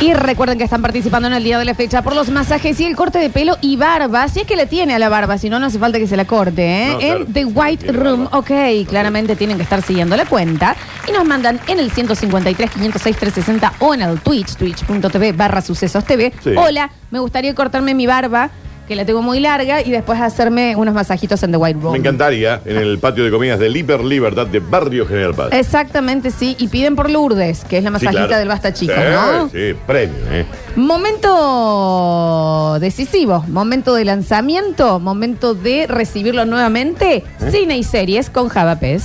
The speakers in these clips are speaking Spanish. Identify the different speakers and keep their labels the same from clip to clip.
Speaker 1: Y recuerden que están participando en el día de la fecha por los masajes y el corte de pelo y barba. Si es que la tiene a la barba, si no, no hace falta que se la corte. ¿eh?
Speaker 2: No, claro.
Speaker 1: en The White
Speaker 2: Tiene
Speaker 1: Room,
Speaker 2: barba.
Speaker 1: ok, claramente tienen que estar siguiendo la cuenta. Y nos mandan en el 153 506 360 o en el Twitch, twitch.tv barra sucesos TV.
Speaker 2: Sí.
Speaker 1: Hola, me gustaría cortarme mi barba, que la tengo muy larga, y después hacerme unos masajitos en The White Room.
Speaker 2: Me encantaría en el patio de comidas del Hiper Libertad de Barrio General Paz.
Speaker 1: Exactamente, sí. Y piden por Lourdes, que es la Eh,
Speaker 2: Sí,
Speaker 1: masajita
Speaker 2: claro.
Speaker 1: del Basta Chico,
Speaker 2: Sí,
Speaker 1: ¿no?
Speaker 2: Sí, premio, ¿eh?
Speaker 1: Momento decisivo, momento de lanzamiento, momento de recibirlo nuevamente. Cine y series con Java Pez.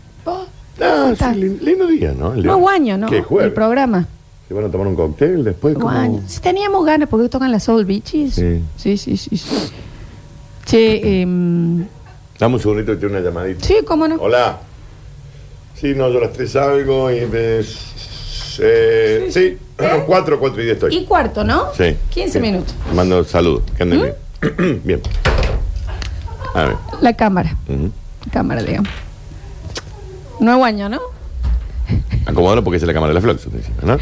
Speaker 2: Ah, sí,
Speaker 1: Está.
Speaker 2: lin- lindo día, ¿no? El día.
Speaker 1: No guaño, ¿no?
Speaker 2: Qué
Speaker 1: El
Speaker 2: jueves.
Speaker 1: programa.
Speaker 2: Se van a tomar un cóctel después. ¿cómo?
Speaker 1: Guaño. Si teníamos ganas, porque hoy tocan las Soul Beaches.
Speaker 2: Sí.
Speaker 1: Sí, sí, sí. sí. Che, em,
Speaker 2: Dame un segundito que tiene una llamadita.
Speaker 1: sí, cómo no.
Speaker 2: Hola. Sí, no, yo a las tres salgo y... me- eh, sí, cuatro, cuatro y diez estoy.
Speaker 1: Y cuarto, ¿no?
Speaker 2: Sí.
Speaker 1: 15
Speaker 2: Bien.
Speaker 1: minutos. ¿Mm?
Speaker 2: Te Mando saludos. Que anden bien. bien. A ver.
Speaker 1: La cámara.
Speaker 2: Ujú.
Speaker 1: Cámara, digamos. No guaño, ¿no?
Speaker 2: Acomodalo porque esa es la cámara de la Flox, encima, ¿no? Es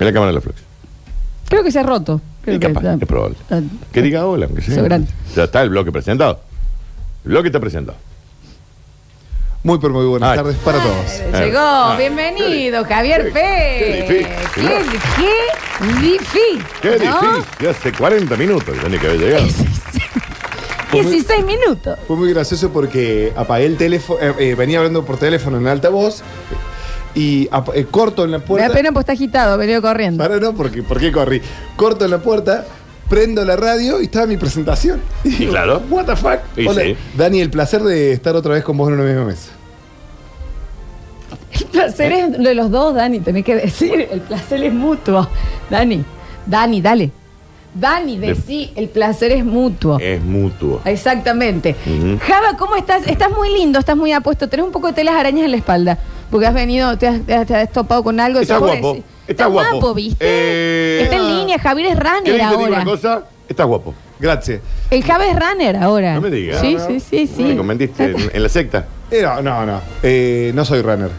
Speaker 2: la cámara de la Flox.
Speaker 1: Creo que se ha roto. Creo
Speaker 2: Es
Speaker 1: que-
Speaker 2: capaz, es probable.
Speaker 1: Ah,
Speaker 2: Que diga hola, aunque sea.
Speaker 1: Soy grande.
Speaker 2: Ya está el bloque presentado. El bloque está presentado.
Speaker 3: Muy pero muy buenas
Speaker 2: Ay.
Speaker 3: tardes para todos.
Speaker 1: Llegó,
Speaker 2: Ah,
Speaker 1: bienvenido, Javier
Speaker 2: qué-
Speaker 1: Pérez.
Speaker 2: qué difícil,
Speaker 1: Qué, qué difícil.
Speaker 2: Qué difícil. Ya hace 40 minutos que tenía que haber llegado.
Speaker 1: 16 minutos.
Speaker 3: Fue muy gracioso porque apagué el teléfono, eh, eh, venía hablando por teléfono en alta voz y ap- eh, corto en la
Speaker 1: Me da
Speaker 3: puerta.
Speaker 1: pena pues está agitado, venido corriendo.
Speaker 3: Para no, porque ¿por qué corrí? Corto en la puerta, prendo la radio y estaba mi presentación. Y digo,
Speaker 2: claro.
Speaker 3: What the fuck.
Speaker 2: Y
Speaker 3: Hola,
Speaker 2: sí.
Speaker 3: Dani, el placer de estar otra vez con vos en una misma mesa.
Speaker 1: El placer es de los dos, Dani, tenés que decir. El placer es mutuo. Dani, Dani, dale. Dani, decí, el placer es mutuo.
Speaker 2: Es mutuo.
Speaker 1: Exactamente.
Speaker 2: Ujú.
Speaker 1: Java, ¿cómo estás? Estás muy lindo, estás muy apuesto. Tenés un poco de telas arañas en la espalda. Porque has venido, te has, te has- te has topado con algo.
Speaker 2: Está
Speaker 1: Eso,
Speaker 2: guapo,
Speaker 1: pobre, sí.
Speaker 2: está guapo.
Speaker 1: ¿viste?
Speaker 2: Eh,
Speaker 1: está en línea, Javier es
Speaker 2: ¿Querés
Speaker 1: runner
Speaker 2: que te diga una
Speaker 1: ahora.
Speaker 2: cosa? Estás guapo.
Speaker 3: Gracias.
Speaker 1: El Java es runner ahora.
Speaker 2: No me digas.
Speaker 1: Sí,
Speaker 2: No,
Speaker 1: sí, sí, sí.
Speaker 2: Me convendiste en, en la secta.
Speaker 3: Eh, no, no, no. Eh, no soy runner.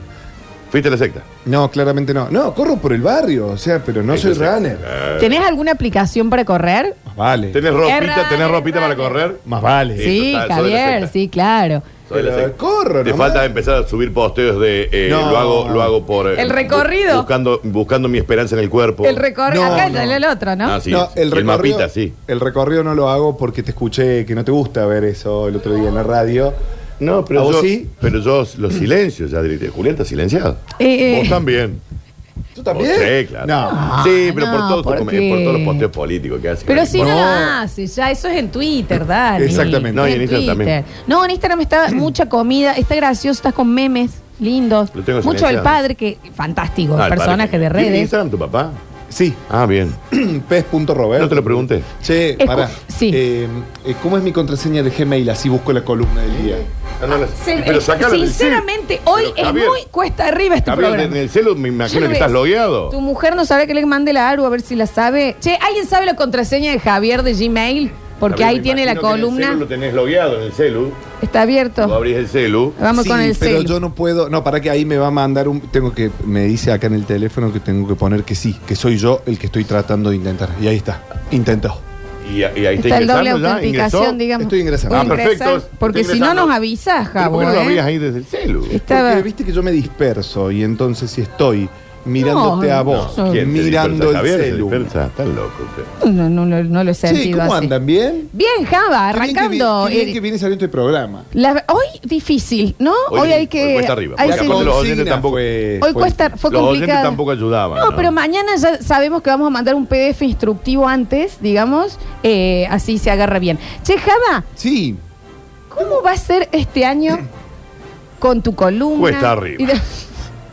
Speaker 2: Fuiste a la secta.
Speaker 3: No, claramente no. No, corro por el barrio, o sea, pero no soy
Speaker 2: Entonces,
Speaker 3: runner.
Speaker 2: eh,
Speaker 1: ¿Tenés alguna aplicación para correr?
Speaker 3: Más vale.
Speaker 2: ¿Tenés ropita,
Speaker 1: runner,
Speaker 2: tenés ropita para
Speaker 1: runner.
Speaker 2: correr?
Speaker 3: Más vale.
Speaker 2: Sí,
Speaker 1: Sí,
Speaker 2: total, soy de la
Speaker 1: Javier,
Speaker 2: secta.
Speaker 1: sí, claro.
Speaker 2: Soy de la
Speaker 3: Pero
Speaker 2: secta.
Speaker 3: corro,
Speaker 2: Te
Speaker 3: nomás.
Speaker 2: falta empezar a subir posteos de eh,
Speaker 3: No.
Speaker 2: lo hago, lo hago por eh,
Speaker 1: El recorrido.
Speaker 2: bu- buscando, buscando mi esperanza en el cuerpo.
Speaker 1: El recorrido,
Speaker 3: No,
Speaker 1: acá
Speaker 3: no.
Speaker 1: el otro, ¿no?
Speaker 2: Ah, sí, sí. el, mapita, sí.
Speaker 3: El recorrido no lo hago porque te escuché que no te gusta ver eso el otro día en la radio.
Speaker 2: No,
Speaker 3: ¿A
Speaker 2: pero
Speaker 3: vos
Speaker 2: Ah, yo,
Speaker 3: sí?
Speaker 2: pero yo los silencios ya directo. Julián está silenciado.
Speaker 1: Eh, eh.
Speaker 2: Vos también.
Speaker 3: ¿Tú también?
Speaker 2: Vos Oh, sí, claro. Ah.
Speaker 3: No.
Speaker 2: sí, pero por,
Speaker 1: Ah, no,
Speaker 2: todos tus
Speaker 1: ¿por
Speaker 2: com-
Speaker 1: qué?
Speaker 2: por todos los posteos políticos que hace.
Speaker 1: Pero si no,
Speaker 2: Bueno,
Speaker 1: lo haces, ya eso es en Twitter, Dani.
Speaker 3: Exactamente.
Speaker 2: No, y en Instagram
Speaker 1: Twitter.
Speaker 2: también.
Speaker 1: No, en Instagram está mucha comida, está gracioso, estás con memes lindos.
Speaker 2: Lo tengo
Speaker 1: Mucho el
Speaker 2: silenciado.
Speaker 1: padre, que fantástico,
Speaker 2: ah, el
Speaker 1: personaje
Speaker 2: padre.
Speaker 1: de
Speaker 2: ¿Tiene
Speaker 1: redes.
Speaker 2: Instagram tu papá?
Speaker 3: Sí,
Speaker 2: Ah, bien.
Speaker 3: pez.robert.
Speaker 2: No te lo pregunté.
Speaker 3: Che,
Speaker 1: Escu-
Speaker 3: pará.
Speaker 1: sí.
Speaker 3: Eh, eh, ¿Cómo es mi contraseña de Gmail? Así busco la columna del día.
Speaker 2: Ah, No, no, las-
Speaker 1: Se-
Speaker 2: pero
Speaker 1: eh,
Speaker 2: sacala del cel.
Speaker 1: sinceramente, hoy
Speaker 2: Pero,
Speaker 1: es
Speaker 2: Javier,
Speaker 1: muy cuesta arriba este
Speaker 2: Javier,
Speaker 1: programa.
Speaker 2: en el celu me
Speaker 1: Yo
Speaker 2: imagino
Speaker 1: lo
Speaker 2: que
Speaker 1: ves.
Speaker 2: estás logueado.
Speaker 1: Tu mujer no sabe que le mande la Aru a ver si la sabe. Che, ¿alguien sabe la contraseña de Javier de Gmail? Porque
Speaker 2: Javier,
Speaker 1: ahí
Speaker 2: me
Speaker 1: tiene la
Speaker 2: imagino que en el
Speaker 1: columna.
Speaker 2: celu lo tenés logueado en el celu.
Speaker 1: Está
Speaker 2: Vos
Speaker 1: abierto.
Speaker 2: abrís el celu.
Speaker 1: Vamos
Speaker 3: Sí,
Speaker 1: con el
Speaker 3: pero
Speaker 1: cel.
Speaker 3: yo no puedo. No, para que ahí me va a mandar un. Tengo que. Me dice acá en el teléfono que tengo que poner que sí, que soy yo el que estoy tratando de intentar. Y ahí está. Intentó.
Speaker 2: Y, y ahí está,
Speaker 1: Está el doble
Speaker 2: ingresando ya, ingresó.
Speaker 1: autenticación, digamos.
Speaker 3: Estoy ingresando.
Speaker 1: Voy
Speaker 2: Ah,
Speaker 1: a ingresar,
Speaker 2: perfecto.
Speaker 1: Porque
Speaker 2: Estoy
Speaker 1: si no
Speaker 2: ingresando.
Speaker 1: nos avisas,
Speaker 2: Pero ¿Por
Speaker 1: Javo.
Speaker 2: qué no lo
Speaker 1: eh?
Speaker 2: abrías ahí desde el celu?
Speaker 1: Estaba-
Speaker 3: Porque viste que yo me disperso y entonces si estoy mirándote
Speaker 1: No,
Speaker 3: a vos,
Speaker 1: no.
Speaker 2: ¿Quién te dispersa,
Speaker 3: mirando el
Speaker 2: Javier? ¿Se
Speaker 3: celu.
Speaker 2: dispersa? eh. Está loco usted.
Speaker 1: No, no, lo- no lo he sentido
Speaker 3: Sí, ¿cómo
Speaker 1: así.
Speaker 3: andan? ¿Bien?
Speaker 1: Bien, Java,
Speaker 3: Qué bien que vi-
Speaker 1: arrancando.
Speaker 3: Qué bien
Speaker 1: Eh,
Speaker 3: que viene saliendo el programa.
Speaker 1: la- hoy difícil, ¿no? Hoy,
Speaker 2: Hoy
Speaker 1: hay que.
Speaker 2: hoy cuesta arriba,
Speaker 1: hay
Speaker 2: porque
Speaker 1: que-
Speaker 2: aparte los oyentes
Speaker 3: Consigna
Speaker 2: tampoco- eh,
Speaker 3: fue-
Speaker 1: hoy
Speaker 3: fue-
Speaker 1: cuesta, fue
Speaker 2: Los oyentes
Speaker 1: complicado.
Speaker 2: tampoco ayudaban.
Speaker 1: No, pero mañana ya sabemos que vamos a mandar un PDF instructivo antes, digamos, eh, así se agarra bien. Che, Java,
Speaker 3: Sí.
Speaker 1: ¿cómo va a ser este año con tu columna?
Speaker 2: Cuesta arriba.
Speaker 1: Y de-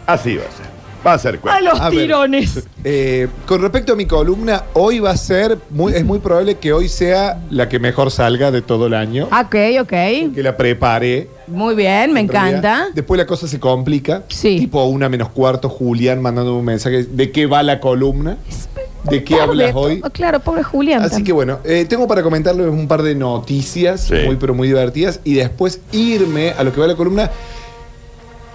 Speaker 2: Así va a ser. Va a ser cuál.
Speaker 1: A los
Speaker 3: A ver.
Speaker 1: tirones.
Speaker 3: Eh, con respecto a mi columna, hoy va a ser, muy, es muy probable que hoy sea la que mejor salga de todo el año.
Speaker 1: Ok, ok.
Speaker 3: Que la prepare.
Speaker 1: Muy bien, me
Speaker 3: en realidad.
Speaker 1: encanta.
Speaker 3: Después la cosa se complica.
Speaker 1: Sí.
Speaker 3: Tipo una menos cuarto, Julián mandando un mensaje de qué va la columna. ¿De qué
Speaker 1: Tarde.
Speaker 3: hablas hoy?
Speaker 1: Oh, Claro, pobre Julián.
Speaker 3: Así que bueno, eh, tengo para comentarles un par de noticias
Speaker 2: Sí.
Speaker 3: muy pero muy divertidas y después irme a lo que va la columna,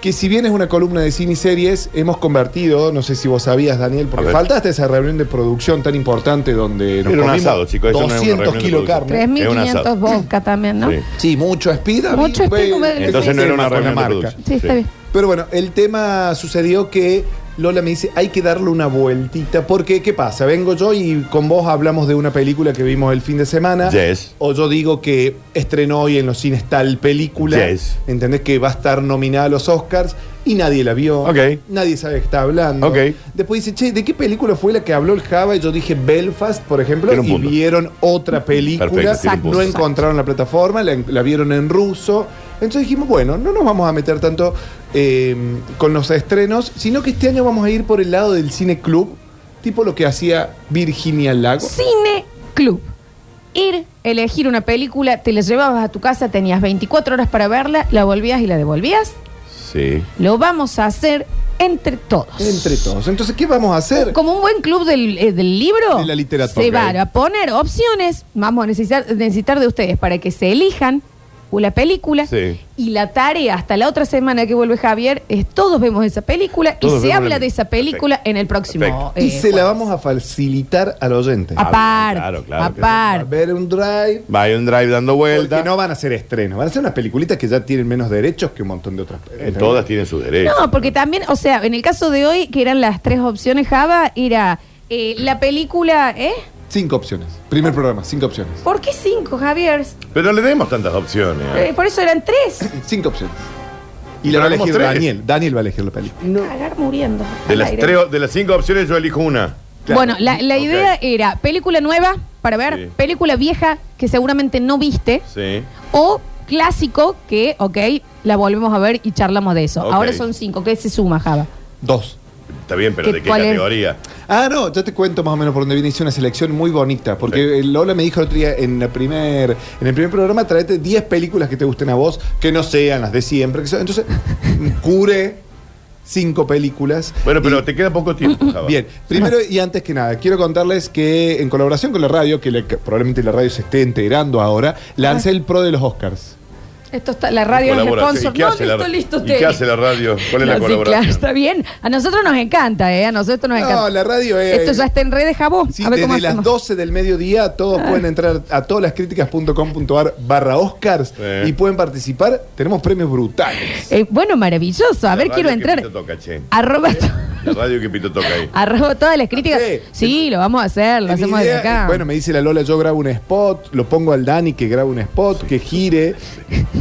Speaker 3: que si bien es una columna de cine y series, hemos convertido, no sé si vos sabías Daniel, porque
Speaker 2: ver.
Speaker 3: faltaste a esa reunión de producción tan importante donde nos
Speaker 2: Era un
Speaker 3: comimos
Speaker 2: asado, chicos, eso no era una
Speaker 3: 200
Speaker 2: reunión de
Speaker 3: kilos de
Speaker 2: producción.
Speaker 3: carne.
Speaker 1: 3.500 vodka también, ¿no?
Speaker 2: Sí.
Speaker 3: Sí, mucho speed. a mí,
Speaker 1: Mucho
Speaker 3: pues,
Speaker 1: speed, me-
Speaker 2: Entonces no era una
Speaker 3: buena
Speaker 2: reunión de producción.
Speaker 1: Sí, está
Speaker 2: Sí.
Speaker 1: bien.
Speaker 3: Pero bueno, el tema sucedió que Lola me dice, hay que darle una vueltita, porque ¿qué pasa? Vengo yo y con vos hablamos de una película que vimos el fin de semana.
Speaker 2: Yes.
Speaker 3: O yo digo que estrenó hoy en los cines tal película.
Speaker 2: Yes.
Speaker 3: ¿Entendés? Que va a estar nominada a los Oscars y nadie la vio.
Speaker 2: Ok.
Speaker 3: Nadie sabe que está hablando.
Speaker 2: Ok.
Speaker 3: Después dice, che, ¿de qué película fue la que habló el Java? Y yo dije Belfast, por ejemplo,
Speaker 2: Tiene un
Speaker 3: y
Speaker 2: punto.
Speaker 3: vieron otra película.
Speaker 2: Perfecto, tiene un punto.
Speaker 3: no encontraron la plataforma, la, la vieron en ruso. Entonces dijimos, bueno, no nos vamos a meter tanto eh, con los estrenos, sino que este año vamos a ir por el lado del cine club, tipo lo que hacía Virginia Lago.
Speaker 1: Cine Club. Ir, elegir una película, te la llevabas a tu casa, tenías 24 horas para verla, la volvías y la devolvías.
Speaker 2: Sí.
Speaker 1: Lo vamos a hacer entre todos.
Speaker 3: Entre todos. Entonces, ¿qué vamos a hacer?
Speaker 1: Uh, Como un buen club del, eh, del libro,
Speaker 3: De la literatura.
Speaker 1: se
Speaker 3: Ok.
Speaker 1: van a poner opciones, vamos a necesitar, necesitar de ustedes para que se elijan la película
Speaker 2: Sí.
Speaker 1: y la tarea hasta la otra semana que vuelve Javier es todos vemos esa película
Speaker 2: Todos
Speaker 1: y se
Speaker 2: vemos la
Speaker 1: habla de esa película
Speaker 2: Perfecto.
Speaker 1: en el próximo. eh,
Speaker 2: Perfecto.
Speaker 3: Y se la
Speaker 1: jueves.
Speaker 3: vamos a facilitar al oyente.
Speaker 2: Ah,
Speaker 1: Aparte,
Speaker 2: Claro, claro,
Speaker 3: A
Speaker 1: aparte.
Speaker 3: ver un drive.
Speaker 2: Va a un drive dando
Speaker 3: Porque
Speaker 2: vuelta.
Speaker 3: no van a ser estrenos, van a ser unas peliculitas que ya tienen menos derechos que un montón de otras.
Speaker 2: Eh, todas tienen sus derechos.
Speaker 1: No, porque también, o sea, en el caso de hoy, que eran las tres opciones Java, era eh, la película, ¿eh?
Speaker 3: Cinco opciones. Primer programa, cinco opciones.
Speaker 1: ¿Por qué cinco, Javier?
Speaker 2: Pero no le demos tantas opciones.
Speaker 1: Eh, por eso eran tres.
Speaker 3: Cinco opciones. Y la va a
Speaker 2: Hagamos
Speaker 3: elegir
Speaker 2: tres.
Speaker 3: Daniel. Daniel va a elegir la película.
Speaker 1: Cagar muriendo.
Speaker 2: De las,
Speaker 1: Al aire.
Speaker 2: tres, o- de las cinco opciones yo elijo una.
Speaker 3: Claro.
Speaker 1: Bueno, la, la
Speaker 2: Ok.
Speaker 1: idea era película nueva para ver,
Speaker 2: Sí.
Speaker 1: película vieja que seguramente no viste,
Speaker 2: Sí.
Speaker 1: o clásico que, ok, la volvemos a ver y charlamos de eso.
Speaker 2: Ok.
Speaker 1: Ahora son cinco. ¿Qué se suma, Java?
Speaker 3: Dos.
Speaker 2: Está bien, pero
Speaker 1: ¿Qué-
Speaker 2: ¿de qué
Speaker 1: cuál es?
Speaker 2: categoría?
Speaker 3: Ah, no, yo te cuento más o menos por dónde viene. Hice una selección muy bonita. Porque eh, Lola me dijo el otro día en, la primer, en el primer programa: tráete 10 películas que te gusten a vos, que no sean las de siempre. que son- Entonces, cure cinco películas.
Speaker 2: Bueno, pero
Speaker 3: Y-
Speaker 2: te queda poco
Speaker 1: Mm,
Speaker 2: tiempo, Java.
Speaker 3: Bien, primero y antes que nada, quiero contarles que en colaboración con la radio, que, le- que probablemente la radio se esté enterando ahora, lancé
Speaker 1: Ah.
Speaker 3: el pro de los Oscars.
Speaker 1: Esto está, la radio es
Speaker 2: Colaboración.
Speaker 1: sponsor.
Speaker 2: ¿Y qué
Speaker 1: No,
Speaker 2: hace la-
Speaker 1: listo, listo.
Speaker 2: ¿Y qué
Speaker 1: tele.
Speaker 2: hace la radio? ¿Cuál
Speaker 1: No,
Speaker 2: es la
Speaker 1: sí,
Speaker 2: colaboración?
Speaker 1: claro, está bien. A nosotros nos encanta, ¿eh? A nosotros nos
Speaker 3: No,
Speaker 1: encanta.
Speaker 3: la radio es-
Speaker 1: Esto ya está en redes, Jabó.
Speaker 3: Sí,
Speaker 1: a ver
Speaker 3: desde
Speaker 1: cómo
Speaker 3: las
Speaker 1: hacemos. Ah.
Speaker 3: 12 del mediodía todos pueden entrar a todaslascriticas.com.ar barra Oscars
Speaker 2: Sí.
Speaker 3: y pueden participar. Tenemos premios brutales.
Speaker 1: Eh, bueno, maravilloso. A
Speaker 2: La
Speaker 1: ver,
Speaker 2: radio
Speaker 1: quiero
Speaker 2: que
Speaker 1: entrar.
Speaker 2: Pito toca, che.
Speaker 1: Arroba, to-
Speaker 2: La radio que Pito toca ahí.
Speaker 1: arroba todas las críticas.
Speaker 3: Sí.
Speaker 1: Sí, lo vamos a hacer, lo
Speaker 3: Mi
Speaker 1: hacemos desde
Speaker 3: idea-
Speaker 1: acá.
Speaker 3: Bueno, me dice la Lola, yo grabo un spot, lo pongo al Dani que graba un spot, que gire.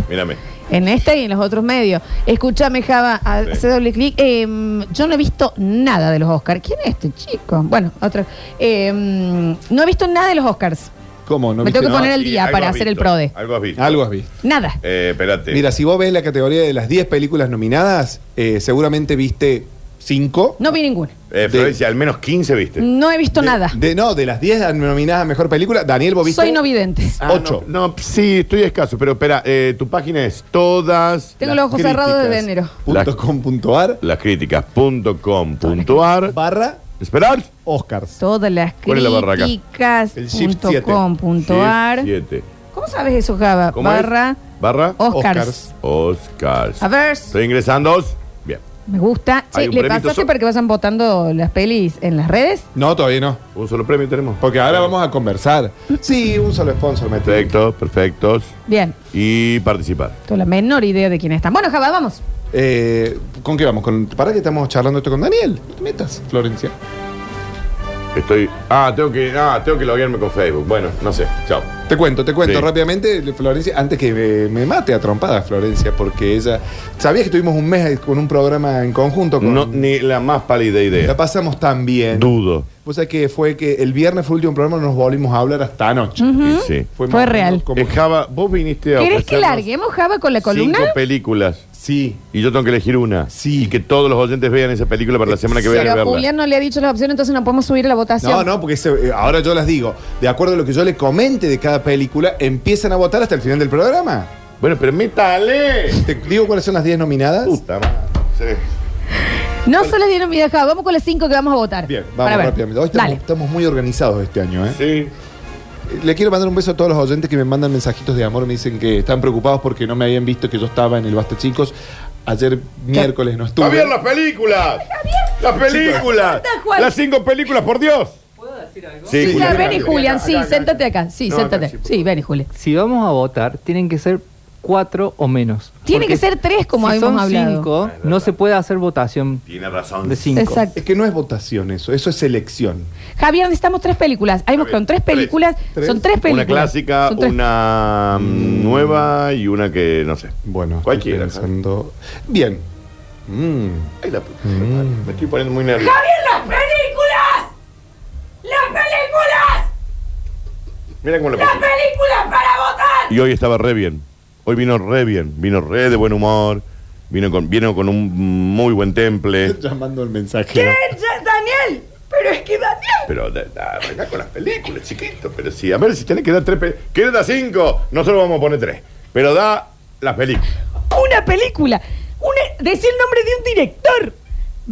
Speaker 2: Mírame.
Speaker 1: En este y en los otros medios. Escúchame, Java, a-
Speaker 2: Sí.
Speaker 1: hace doble clic. Eh, yo no he visto nada de los Oscars. ¿Quién es este chico? Bueno, otro. Eh, no he visto nada de los Oscars.
Speaker 3: ¿Cómo? ¿No
Speaker 1: Me
Speaker 3: viste
Speaker 1: tengo que
Speaker 3: nada?
Speaker 1: poner al
Speaker 2: sí,
Speaker 1: día
Speaker 2: algo
Speaker 1: para
Speaker 2: has
Speaker 1: hacer el
Speaker 2: visto,
Speaker 1: PRODE.
Speaker 2: Algo has visto.
Speaker 3: Algo has visto.
Speaker 1: Nada.
Speaker 2: Eh, espérate.
Speaker 3: Mira, si vos ves la categoría de las 10 películas nominadas, eh, seguramente viste 5.
Speaker 1: No vi ninguna.
Speaker 2: Eh, Florencia, al menos 15 viste.
Speaker 1: No he visto
Speaker 3: de,
Speaker 1: nada.
Speaker 3: De, no, de las 10 nominadas a mejor película, Daniel, vos viste.
Speaker 1: Soy no vidente.
Speaker 3: Ah, Ocho.
Speaker 2: No, no, sí, estoy escaso, pero espera, eh, tu página es todas
Speaker 1: Tengo los ojos cerrados desde enero.
Speaker 3: Punto com punto ar,
Speaker 2: lascríticas.com.ar.
Speaker 3: barra
Speaker 2: Esperar.
Speaker 3: Oscars.
Speaker 1: Todas las
Speaker 2: ¿Cuál es la barraca?
Speaker 1: críticas.
Speaker 3: El Shift
Speaker 1: punto
Speaker 3: siete.
Speaker 1: com punto ar.
Speaker 2: 7.
Speaker 1: ¿Cómo sabes eso, Java?
Speaker 2: ¿Cómo
Speaker 1: Barra
Speaker 2: es? Barra
Speaker 1: Oscars.
Speaker 3: Oscars.
Speaker 2: Oscars.
Speaker 1: A ver.
Speaker 2: Estoy ingresando. Bien.
Speaker 1: Me gusta.
Speaker 2: Hay
Speaker 1: Che,
Speaker 2: un
Speaker 1: ¿Le
Speaker 2: premio
Speaker 1: pasaste
Speaker 2: so-
Speaker 1: para que vayan votando las pelis en las redes?
Speaker 3: No, todavía no.
Speaker 2: Un solo premio tenemos.
Speaker 3: Porque ahora vamos a conversar. Sí, un solo sponsor, me tengo.
Speaker 2: Perfectos, perfectos.
Speaker 1: Bien.
Speaker 2: Y participar.
Speaker 1: Tengo la menor idea de quién están. Bueno, Java, vamos.
Speaker 3: Eh, ¿Con qué vamos? ¿Con, ¿Para que estamos charlando esto con Daniel? No te metas, Florencia.
Speaker 2: Estoy. Ah, tengo que. Ah, tengo que loguearme con Facebook. Bueno, no sé. Chao.
Speaker 3: Te cuento, te cuento
Speaker 2: Sí.
Speaker 3: rápidamente, Florencia, antes que me, me mate a trompada, Florencia, porque ella. ¿Sabías que tuvimos un mes con un programa en conjunto? Con,
Speaker 2: No, ni la más pálida
Speaker 3: La
Speaker 2: idea.
Speaker 3: pasamos tan bien.
Speaker 2: Dudo.
Speaker 3: O sea que fue que el viernes fue el último programa, no nos volvimos a hablar hasta anoche.
Speaker 2: Sí.
Speaker 1: Mm, Fue
Speaker 3: más o menos
Speaker 1: real.
Speaker 3: como-
Speaker 2: Eh, Java, vos viniste a.
Speaker 1: ¿Querés que
Speaker 2: ofrecernos
Speaker 1: larguemos, Java, con la columna?
Speaker 2: Cinco películas.
Speaker 3: Sí.
Speaker 2: Y yo tengo que elegir una.
Speaker 3: Sí.
Speaker 2: Y que todos los oyentes vean esa película para la semana que viene.
Speaker 1: Pero a
Speaker 2: verla.
Speaker 1: Julián no le ha dicho las opciones, entonces no podemos subir a la votación.
Speaker 3: No, no, porque ese- eh, ahora yo las digo. De acuerdo a lo que yo le comente de cada película, empiezan a votar hasta el final del programa.
Speaker 2: Bueno, permítale.
Speaker 3: ¿Te digo cuáles son las 10 nominadas?
Speaker 2: Puta madre. Sí.
Speaker 1: No solo dieron mi dejado, vamos con las cinco que vamos a votar.
Speaker 3: Bien,
Speaker 1: Para
Speaker 3: vamos
Speaker 1: ver.
Speaker 3: rápidamente. Hoy estamos,
Speaker 1: Dale.
Speaker 3: estamos muy organizados este año, ¿eh?
Speaker 2: Sí.
Speaker 3: Le quiero mandar un beso a todos los oyentes que me mandan mensajitos de amor. Me dicen que están preocupados porque no me habían visto que yo estaba en el Basta Chicos. Ayer miércoles no estuve.
Speaker 2: Javier, las películas. Las películas.
Speaker 1: Falta, Juan.
Speaker 2: Las cinco películas, por Dios. ¿Puedo decir algo? Sí,
Speaker 1: Sí,
Speaker 2: Julián.
Speaker 1: ven y Julián, sí,
Speaker 2: Acá, acá,
Speaker 1: séntate acá. Sí,
Speaker 2: No, acá,
Speaker 1: séntate.
Speaker 2: sí, por
Speaker 1: sí, ven y Julián.
Speaker 4: Si vamos a votar, tienen que ser cuatro o menos.
Speaker 1: Tiene
Speaker 4: Porque
Speaker 1: que ser tres, como
Speaker 4: si
Speaker 1: habíamos
Speaker 4: son
Speaker 1: hablado.
Speaker 4: cinco, no se puede hacer votación
Speaker 2: Tiene razón.
Speaker 4: de cinco.
Speaker 1: Exacto.
Speaker 3: Es que no es votación eso, eso es selección.
Speaker 1: Javier, necesitamos tres películas. Ahí
Speaker 2: Está bien,
Speaker 1: con tres
Speaker 2: tres.
Speaker 1: películas.
Speaker 3: Tres.
Speaker 1: Son tres películas.
Speaker 2: Una clásica,
Speaker 1: Son tres.
Speaker 2: una mm, nueva y una que no sé.
Speaker 3: Bueno, estoy
Speaker 2: Cualquiera.
Speaker 3: pensando- Bien. Mm.
Speaker 2: Ay, la puta madre, Me estoy poniendo muy nervioso.
Speaker 1: ¡Javier, las películas! ¡Las películas!
Speaker 2: Mira cómo la puse.
Speaker 1: ¡Películas para votar!
Speaker 2: Y hoy estaba re bien. Hoy vino re bien. Vino re de buen humor. Vino con, vino con un muy buen temple.
Speaker 3: Llamando el mensaje.
Speaker 1: Daniel, pero es que Daniel.
Speaker 2: Pero da- da- arrancá con las películas, chiquito. Pero sí, a ver si tenés que dar tres películas. ¿Quieres dar cinco? Nosotros vamos a poner tres. Pero da las películas.
Speaker 1: Una película. Una, decir el nombre de un director.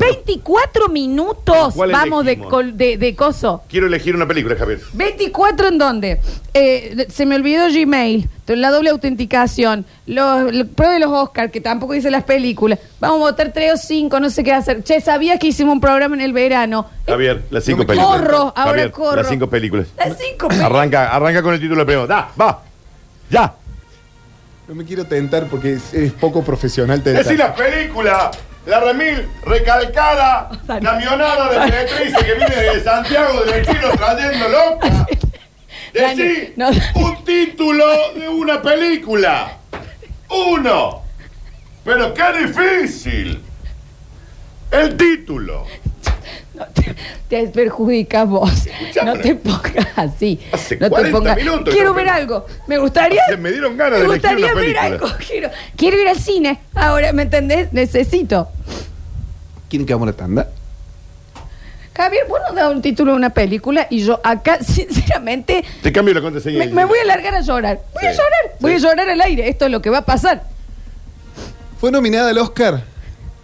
Speaker 1: 24 minutos
Speaker 2: ¿Cuál
Speaker 1: vamos de,
Speaker 2: elegimos?
Speaker 1: col- de, de coso.
Speaker 2: Quiero elegir una película, Javier.
Speaker 1: 24 en dónde? Eh, se me olvidó Gmail, la doble autenticación, los, el prueba de los Oscars, que tampoco dice las películas. Vamos a votar 3 o 5, no sé qué hacer. Che, sabías que hicimos un programa en el verano.
Speaker 2: Javier, las cinco
Speaker 3: me
Speaker 2: películas.
Speaker 1: Corro, ahora
Speaker 2: Javier,
Speaker 1: corro.
Speaker 2: Las cinco películas.
Speaker 1: Eh, Las pues. 5
Speaker 2: Arranca, arranca con el título primero. Da, va. Ya.
Speaker 3: No me quiero tentar porque es, es poco profesional tentar.
Speaker 2: Decí las películas. La remil recalcada, camionada de Beatriz que viene de Santiago del Estilo trayendo loca. Decí
Speaker 1: Dani, no.
Speaker 2: un título de una película. Uno. Pero qué difícil. El título.
Speaker 1: Te perjudicas vos.
Speaker 2: Escuchá,
Speaker 1: no
Speaker 2: pero-
Speaker 1: te pongas así.
Speaker 2: Hace
Speaker 1: no te
Speaker 2: 40
Speaker 1: pongas.
Speaker 2: minutos que
Speaker 1: Quiero
Speaker 2: no
Speaker 1: ver
Speaker 2: me-
Speaker 1: algo. Me gustaría.
Speaker 2: Se me dieron
Speaker 1: me
Speaker 2: ganas de elegir
Speaker 1: gustaría
Speaker 2: una
Speaker 1: ver
Speaker 2: película.
Speaker 1: algo. Quiero, quiero ir al cine. Ahora, ¿me entendés? Necesito.
Speaker 3: ¿Quieren que hagamos la tanda?
Speaker 1: Javier, vos nos das un título de una película y yo acá, sinceramente,
Speaker 2: Te cambio la contraseña.
Speaker 1: me, me voy a largar a llorar. Voy a
Speaker 2: Sí,
Speaker 1: llorar. Voy a
Speaker 2: sí.
Speaker 1: llorar al aire. Esto es lo que va a pasar.
Speaker 3: Fue nominada al Oscar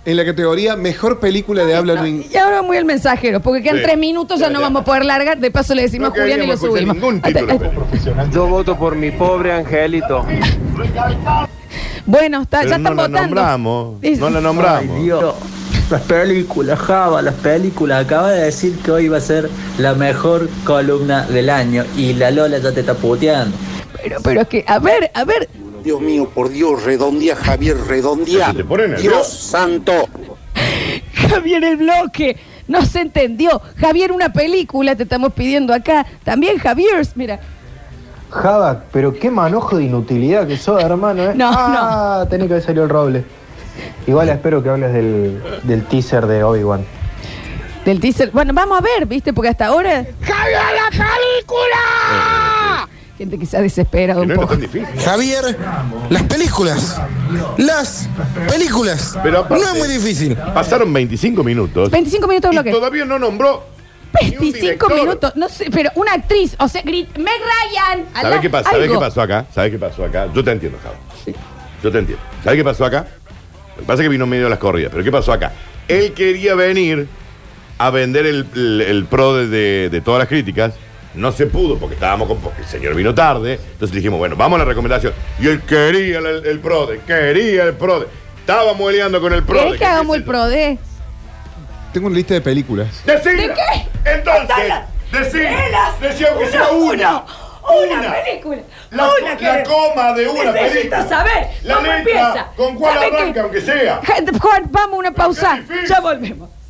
Speaker 3: en la categoría Mejor Película de Habla
Speaker 1: No,
Speaker 3: No Inglés.
Speaker 1: y ahora muy el mensajero, porque quedan
Speaker 2: Sí.
Speaker 1: tres minutos, ya,
Speaker 2: Ya,
Speaker 1: no
Speaker 2: ya.
Speaker 1: vamos a poder largar. De paso le decimos
Speaker 2: No
Speaker 1: a Julián y lo
Speaker 2: queríamos escuchar
Speaker 1: subimos.
Speaker 2: ningún título
Speaker 1: Hasta- este.
Speaker 2: de
Speaker 1: hasta-
Speaker 5: Yo voto por mi pobre angelito.
Speaker 1: bueno, está,
Speaker 2: Pero
Speaker 1: ya
Speaker 2: no
Speaker 1: están
Speaker 2: la
Speaker 1: votando.
Speaker 2: nombramos.
Speaker 1: Es-
Speaker 2: No la nombramos.
Speaker 6: Las películas, Java, las películas. Acaba de decir que hoy va a ser la mejor columna del año y la Lola ya te está puteando.
Speaker 1: pero, pero es que, a ver, a ver.
Speaker 7: Dios mío, por Dios, redondía, Javier, redondía.
Speaker 2: Se te pone nervioso.
Speaker 7: Dios santo.
Speaker 1: Javier el bloque. No se entendió. Javier, una película te estamos pidiendo acá. También Javier, mira.
Speaker 5: Java, pero qué manojo de inutilidad que sos, hermano, ¿eh?
Speaker 1: No,
Speaker 5: ah, tenés que haber salido el roble. Igual espero que hables del, del teaser de Obi-Wan.
Speaker 1: Del teaser. Bueno, vamos a ver, ¿viste? Porque hasta ahora.
Speaker 7: ¡Javier, la película!
Speaker 1: Gente que se ha desesperado
Speaker 2: Que
Speaker 1: un
Speaker 2: no era
Speaker 1: poco.
Speaker 2: tan difícil.
Speaker 8: Javier, las películas. Las películas.
Speaker 2: Pero aparte-
Speaker 8: no es muy difícil.
Speaker 2: Pasaron 25 minutos.
Speaker 1: 25 minutos de
Speaker 2: y
Speaker 1: bloque.
Speaker 2: todavía no nombró. ni un
Speaker 1: 25
Speaker 2: director.
Speaker 1: minutos. No sé, pero una actriz. O sea, grit, Meg Ryan. al
Speaker 2: ¿Sabes
Speaker 1: lado-
Speaker 2: qué, pasa? ¿Sabés
Speaker 1: algo.
Speaker 2: qué pasó acá? ¿Sabes qué pasó acá? Yo te entiendo, Java. Yo te entiendo. ¿Sabes qué pasó acá? Lo que pasa es que vino medio de las corridas, pero ¿qué pasó acá? Él quería venir a vender el, el- el pro de, de- de todas las críticas. No se pudo porque estábamos con. Porque el señor vino tarde. Entonces dijimos, bueno, vamos a la recomendación. Y él quería el, el pro de, quería el pro de. Estábamos peleando con el pro de.
Speaker 1: ¿Querés que hagamos el
Speaker 2: pro
Speaker 1: pro de?
Speaker 3: Tengo una lista de películas.
Speaker 2: ¡Decila!
Speaker 1: ¿De qué?
Speaker 2: Entonces,
Speaker 1: Dala.
Speaker 2: decila.
Speaker 1: Velas.
Speaker 2: Decía que sea una.
Speaker 1: Una, película.
Speaker 2: La,
Speaker 1: una que-
Speaker 2: la coma de una
Speaker 1: Necesito
Speaker 2: película.
Speaker 1: saber
Speaker 2: La
Speaker 1: cómo
Speaker 2: letra,
Speaker 1: empieza.
Speaker 2: con cuál
Speaker 1: ¿Sabe
Speaker 2: arranca,
Speaker 1: qué?
Speaker 2: aunque sea.
Speaker 1: Gente, Juan, vamos a una pausa.
Speaker 2: difícil.
Speaker 1: Ya volvemos.